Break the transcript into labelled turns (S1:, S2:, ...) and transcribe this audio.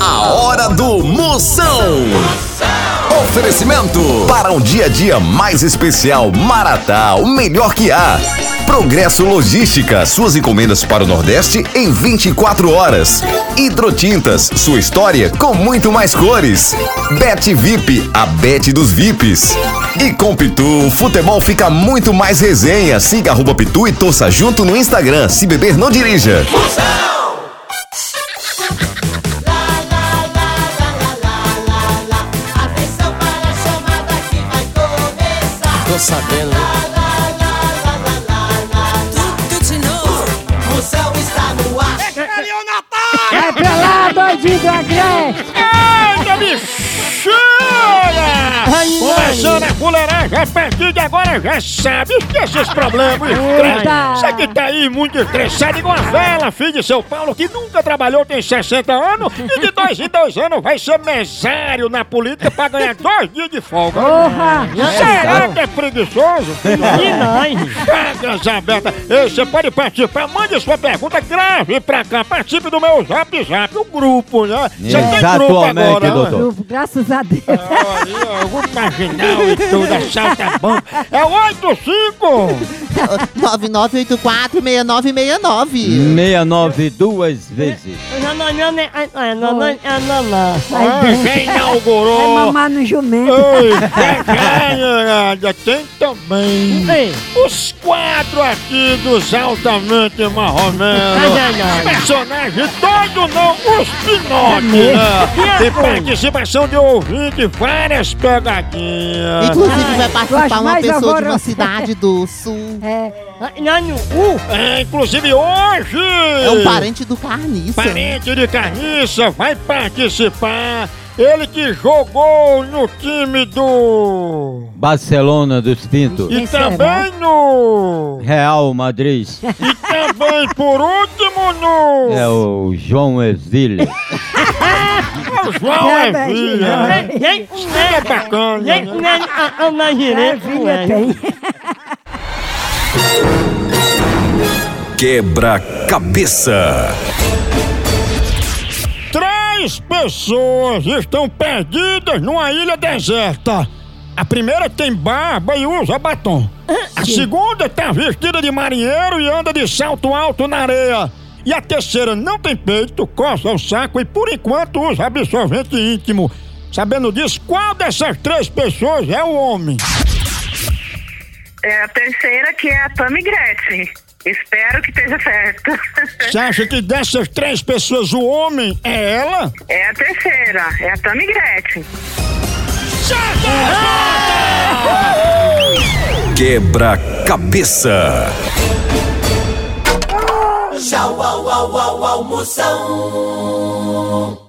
S1: A hora do Moção. Oferecimento para um dia a dia mais especial. Maratá, o melhor que há. Progresso Logística, suas encomendas para o Nordeste em 24 horas. Hidrotintas, sua história com muito mais cores. Bet VIP, a bet dos VIPs. E com Pitu, o futebol fica muito mais resenha. Siga arroba Pitu e torça junto no Instagram. Se beber, não dirija.
S2: Atenção para a chamada que vai começar.
S3: Tô sabendo, né?
S2: Moção está no ar.
S4: É pelado de dragrete!
S5: Eita, bexiga!
S3: Ai,
S5: Começando a fuleiragem, a partir de agora já sabe que esses problemas estressam. Você que tá aí muito estressado, igual a vela, filho de São Paulo, que nunca trabalhou, tem 60 anos, e de dois em dois anos vai ser mesário na política pra ganhar dois dias de folga.
S4: Porra!
S5: Será que é preguiçoso? Vagas abertas. Ei, Você pode participar, mande sua pergunta grave pra cá. Participe do meu zap zap, o grupo, né? Você tem grupo
S6: Exatamente,
S5: agora, né?
S6: doutor.
S4: Eu- Graças a Deus!
S5: Olha, algum marginal e tudo, assalta bom. É 85!
S7: 99846969.
S6: 69 duas vezes.
S4: É, Ai,
S5: Ai,
S4: Deus.
S5: É, quem
S4: Vai
S5: inaugurou?
S4: mamar no jumento!
S5: Ei, caralho, tem também os quatro aqui dos altamente marromelos. Personagem todo não,
S7: É
S5: os Pinóquio, né? Tem participação de ouvinte, várias pegadinhas.
S7: Inclusive vai
S4: Eu acho
S7: participar uma
S4: mais
S7: pessoa de uma
S4: horroroso.
S7: cidade do sul.
S4: É,
S5: É, inclusive hoje...
S7: É um parente do carniça.
S5: Ah. Parente de Carniça vai participar. Ele que jogou no time do.
S6: Barcelona dos Pintos.
S5: E
S4: Quem será?
S5: também no.
S6: Real Madrid.
S5: E também É, por último no.
S6: É o João Eville.
S5: É o João
S4: É,
S5: é filha. né? É bacana. né?
S4: é filha tem!
S1: Quebra-cabeça.
S5: Três pessoas estão perdidas numa ilha deserta. A primeira tem barba e usa batom. A segunda tá vestida de marinheiro e anda de salto alto na areia. E a terceira não tem peito, coça o saco e por enquanto usa absorvente íntimo. Sabendo disso, qual dessas três pessoas é o homem?
S8: É a terceira que é a Tammy Gretchen. Espero que esteja certo.
S5: Você acha que dessas três pessoas o homem é ela?
S8: é a terceira, é a Tammy Gretchen.
S1: Quebra-cabeça.
S2: Tchau, au, au, au, au, moção.